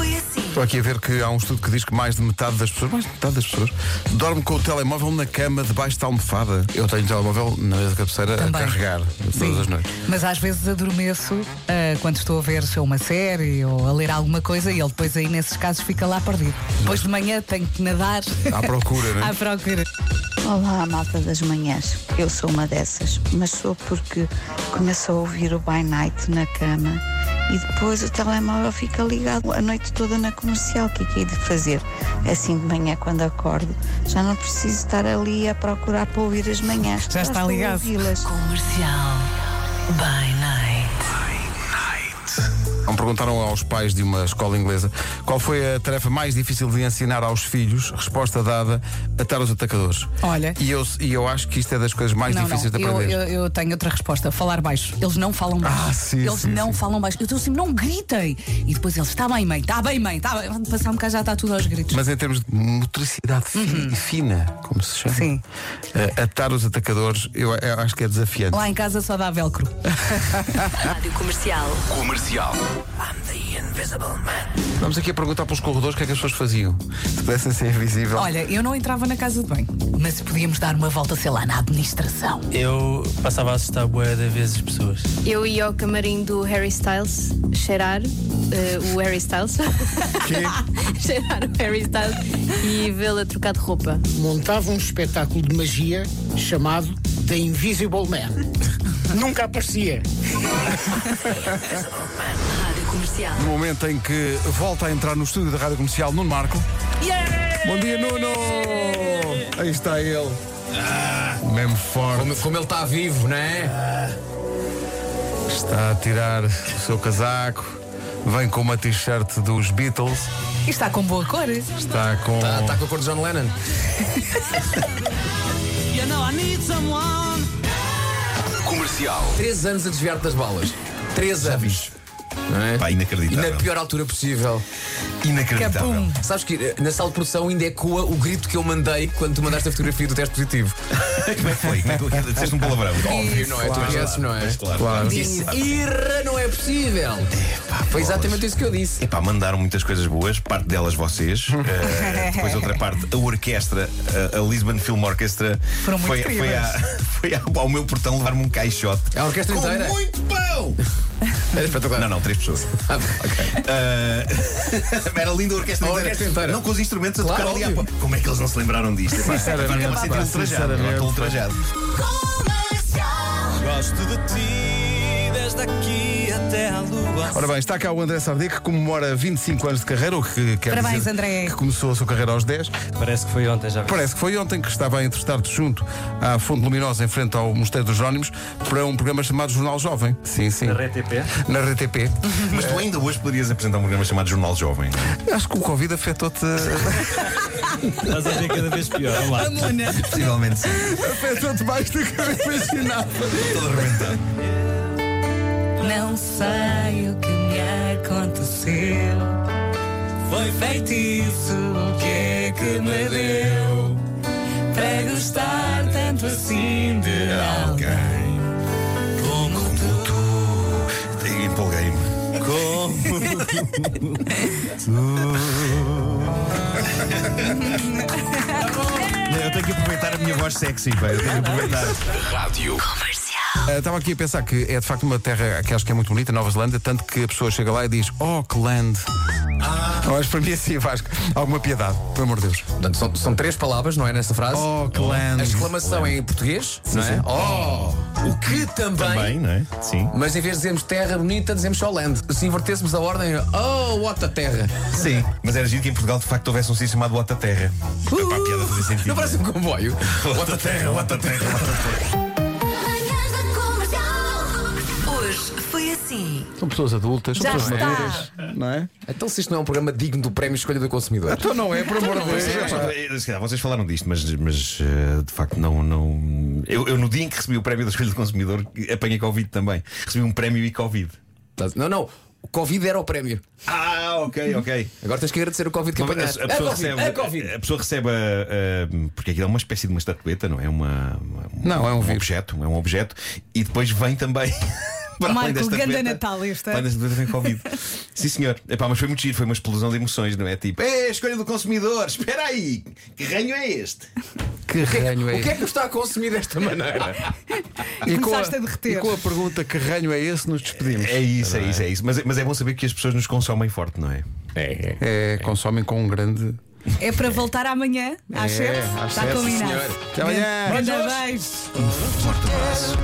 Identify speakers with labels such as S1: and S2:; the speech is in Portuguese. S1: assim.
S2: Estou aqui a ver que há um estudo que diz que mais de metade das pessoas, mais de metade das pessoas, dorme com o telemóvel na cama, debaixo da almofada. Eu tenho o telemóvel na mesa de cabeceira
S3: Também.
S2: a carregar todas
S3: Sim.
S2: as noites.
S3: Mas às vezes adormeço ah, quando estou a ver se é uma série ou a ler alguma coisa e ele depois aí nesses casos fica lá perdido. Depois de manhã tenho que nadar
S2: À procura, não é?
S3: à procura.
S4: Olá, malta das manhãs. Eu sou uma dessas, mas sou porque começo a ouvir o By Night na cama e depois o telemóvel fica ligado a noite toda na comercial. O que é que hei de fazer? Assim de manhã, quando acordo, já não preciso estar ali a procurar para ouvir as manhãs.
S3: Já está
S4: estou a
S3: ligado.
S4: ouvi-las.
S1: Comercial. By night.
S2: Então, Perguntaram aos pais de uma escola inglesa qual foi a tarefa mais difícil de ensinar aos filhos. Resposta dada: atar os atacadores.
S3: Olha.
S2: E eu, e eu acho que isto é das coisas mais
S3: Não, não,
S2: difíceis de
S3: eu,
S2: aprender.
S3: eu- eu tenho outra resposta. Falar baixo. Eles não falam baixo.
S2: Ah, sim,
S3: eles
S2: sim,
S3: não
S2: sim.
S3: falam baixo. Eu estou sempre, não gritem. E depois eles, está bem, mãe, está bem, mãe, está bem. Passar um bocado já está tudo aos gritos.
S2: Mas em termos de motricidade fi- fina, como se chama,
S3: Uhum. Sim.
S2: eh, atar os atacadores, eu, eu acho que é desafiante.
S3: Lá em casa só dá velcro.
S1: Rádio Comercial.
S5: Comercial.
S2: Vamos aqui a perguntar pelos corredores o que é que as pessoas faziam. Se pudessem ser invisível.
S3: Olha, eu não entrava na casa de banho, mas podíamos dar uma volta, sei lá, na administração.
S6: Eu passava a assustar bué de vezes as pessoas.
S7: Eu ia ao camarim do Harry Styles cheirar eh, o Harry Styles. cheirar o Harry Styles e vê-la trocar de roupa.
S8: montava um espetáculo de magia chamado The Invisible Man. Nunca aparecia.
S1: Rádio Comercial.
S2: No momento em que volta a entrar no estúdio da Rádio Comercial, Nuno Marco. Bom dia, Nuno! Aí está ele.
S3: Ah.
S2: Mesmo forte.
S9: Como, como ele está vivo, não é?
S2: Está a tirar o seu casaco. Vem com uma t-shirt dos Beatles.
S3: E está com boa cor.
S2: Está com.
S3: Tá,
S9: Está tá com a cor de John Lennon.
S5: Comercial.
S9: Três anos a desviar-te das balas. Três anos. Não é?
S5: Pá,
S9: E
S5: inacreditável.
S9: na pior altura possível.
S5: Inacreditável.
S3: Capum.
S9: Sabes que eh, na sala de produção ainda ecoa o grito que eu mandei quando tu mandaste a fotografia do teste positivo.
S5: Como é que foi? Como é que tu- Disseste um palavrão.
S9: Óbvio, não é? Tu conheces, não é?
S5: Mas claro.
S2: Claro.
S9: Disse, Irra, não é possível! Foi exatamente isso que eu disse.
S5: Epá, mandaram muitas coisas boas, parte delas vocês. Eh, depois outra parte, a orquestra, eh, a, a Lisbon Film Orchestra,
S3: Foram muito
S5: foi, foi,
S3: incríveis.
S5: à- foi à- ao meu portão levar-me um caixote.
S9: É A orquestra
S5: com
S9: inteira?
S5: muito pão!
S9: Era espetacular.
S5: Não, não, três pessoas.
S9: Ah, ok.
S5: Ah, era linda a orquestra,
S9: A
S5: inteira.
S9: orquestra inteira.
S5: Não com os instrumentos
S9: Claro,
S5: a tocar ali.
S9: óbvio.
S5: À... Como é que eles não se lembraram disto? Epá,
S2: Sinceramente,
S5: Agora
S2: pá,
S5: estou ultrajado. agora Estou um ultrajado.
S6: Gosto de ti desde aqui até à lua.
S2: Ora bem, está cá o André Sardé que comemora 25 anos de carreira, o que quer
S3: Parabéns,
S2: dizer
S3: André.
S2: que começou a sua carreira aos 10.
S6: Parece que foi ontem, já vi.
S2: Parece que foi ontem que estava a entrevistar-te junto à Fonte Luminosa, em frente ao Mosteiro dos Jónimos, para um programa chamado Jornal Jovem. Sim, sim.
S6: Na RTP.
S2: Na RTP.
S5: Mas tu ainda hoje poderias apresentar um programa chamado Jornal Jovem. não é?
S2: Acho que o Covid afetou-te
S6: Estás a ver cada vez pior. Vamos lá.
S5: Possivelmente sim.
S2: afetou-te mais do que eu imaginava.
S5: Todo arrebentado.
S3: Não sei o que me aconteceu. Foi feitiço o que é que me deu para gostar tanto assim de alguém.
S5: Como tu. Empolguei-me. Eu tenho que aproveitar a minha voz sexy, pá. Eu tenho que aproveitar.
S2: Ah, Estava aqui a pensar que é de facto uma terra que acho que é muito bonita, Nova Zelândia, tanto que a pessoa chega lá e diz Auckland. Mas para mim assim, Vasco, alguma piedade, pelo amor de Deus.
S9: Portanto, são, são três palavras, não é? Nessa frase.
S2: Auckland.
S9: A exclamação é em português, não é? Oh! O que também
S5: Bem, não é? Sim.
S9: Mas em vez de dizermos terra bonita, dizemos só land. Se invertêssemos a ordem, oh, what a terra.
S5: Sim. Mas era giro que em Portugal de facto houvesse um sítio chamado Bota Terra. Epá, a piada fazia sentido.
S9: Não parece um comboio.
S5: Bota Terra, Bota Terra,
S1: Manhãs da Comercial. Hoje foi assim.
S2: São pessoas adultas, são
S3: Já
S2: pessoas
S3: está.
S2: maduras, não é?
S9: Então, se isto não é um programa digno do Prémio Escolha do Consumidor.
S2: Então não é, por amor de Deus. é pá.
S5: Se calhar vocês falaram disto, mas, mas, eh, de facto não. não... Eu, eu, no dia em que recebi o prémio da Escolha do Consumidor, apanhei Covid também. Recebi um prémio e Covid.
S9: Não, não. O Covid era o prémio.
S5: Ah, ok, ok.
S9: Agora tens que agradecer o Covid que
S5: Uma vez
S9: apanhaste.
S5: A,
S9: é
S5: a pessoa
S9: Covid,
S5: recebe,
S9: é Covid.
S5: a pessoa recebe ah, ah, porque aquilo é uma espécie de uma estatueta, não é? Uma, uma-
S2: Não, é um vírus.
S5: objeto, é um objeto e depois vem também. para além
S3: Marco,
S5: da
S3: grande
S5: estatueta,
S3: Natal este. é.
S5: para além da estatueta vem Covid. Sim, senhor. Epá, mas foi muito giro, foi uma explosão de emoções, não é? Tipo, é a escolha do consumidor, espera aí, que ranho é este?
S2: Que ranho é
S9: O que é
S2: esse?
S9: que nos está a consumir desta maneira?
S2: E com
S3: Começaste a derreter.
S2: E com a pergunta que ranho é esse, nos despedimos.
S5: É isso, é isso, é isso. Mas, é- mas é bom saber que as pessoas nos consomem forte, não é?
S9: É,
S2: É, consomem com um grande.
S3: É para voltar amanhã, às
S2: É,
S3: 7.
S2: às
S3: Está
S2: sete,
S3: combinado.
S9: senhor.
S2: Até amanhã!
S3: Grande beijo.
S5: Forte abraço.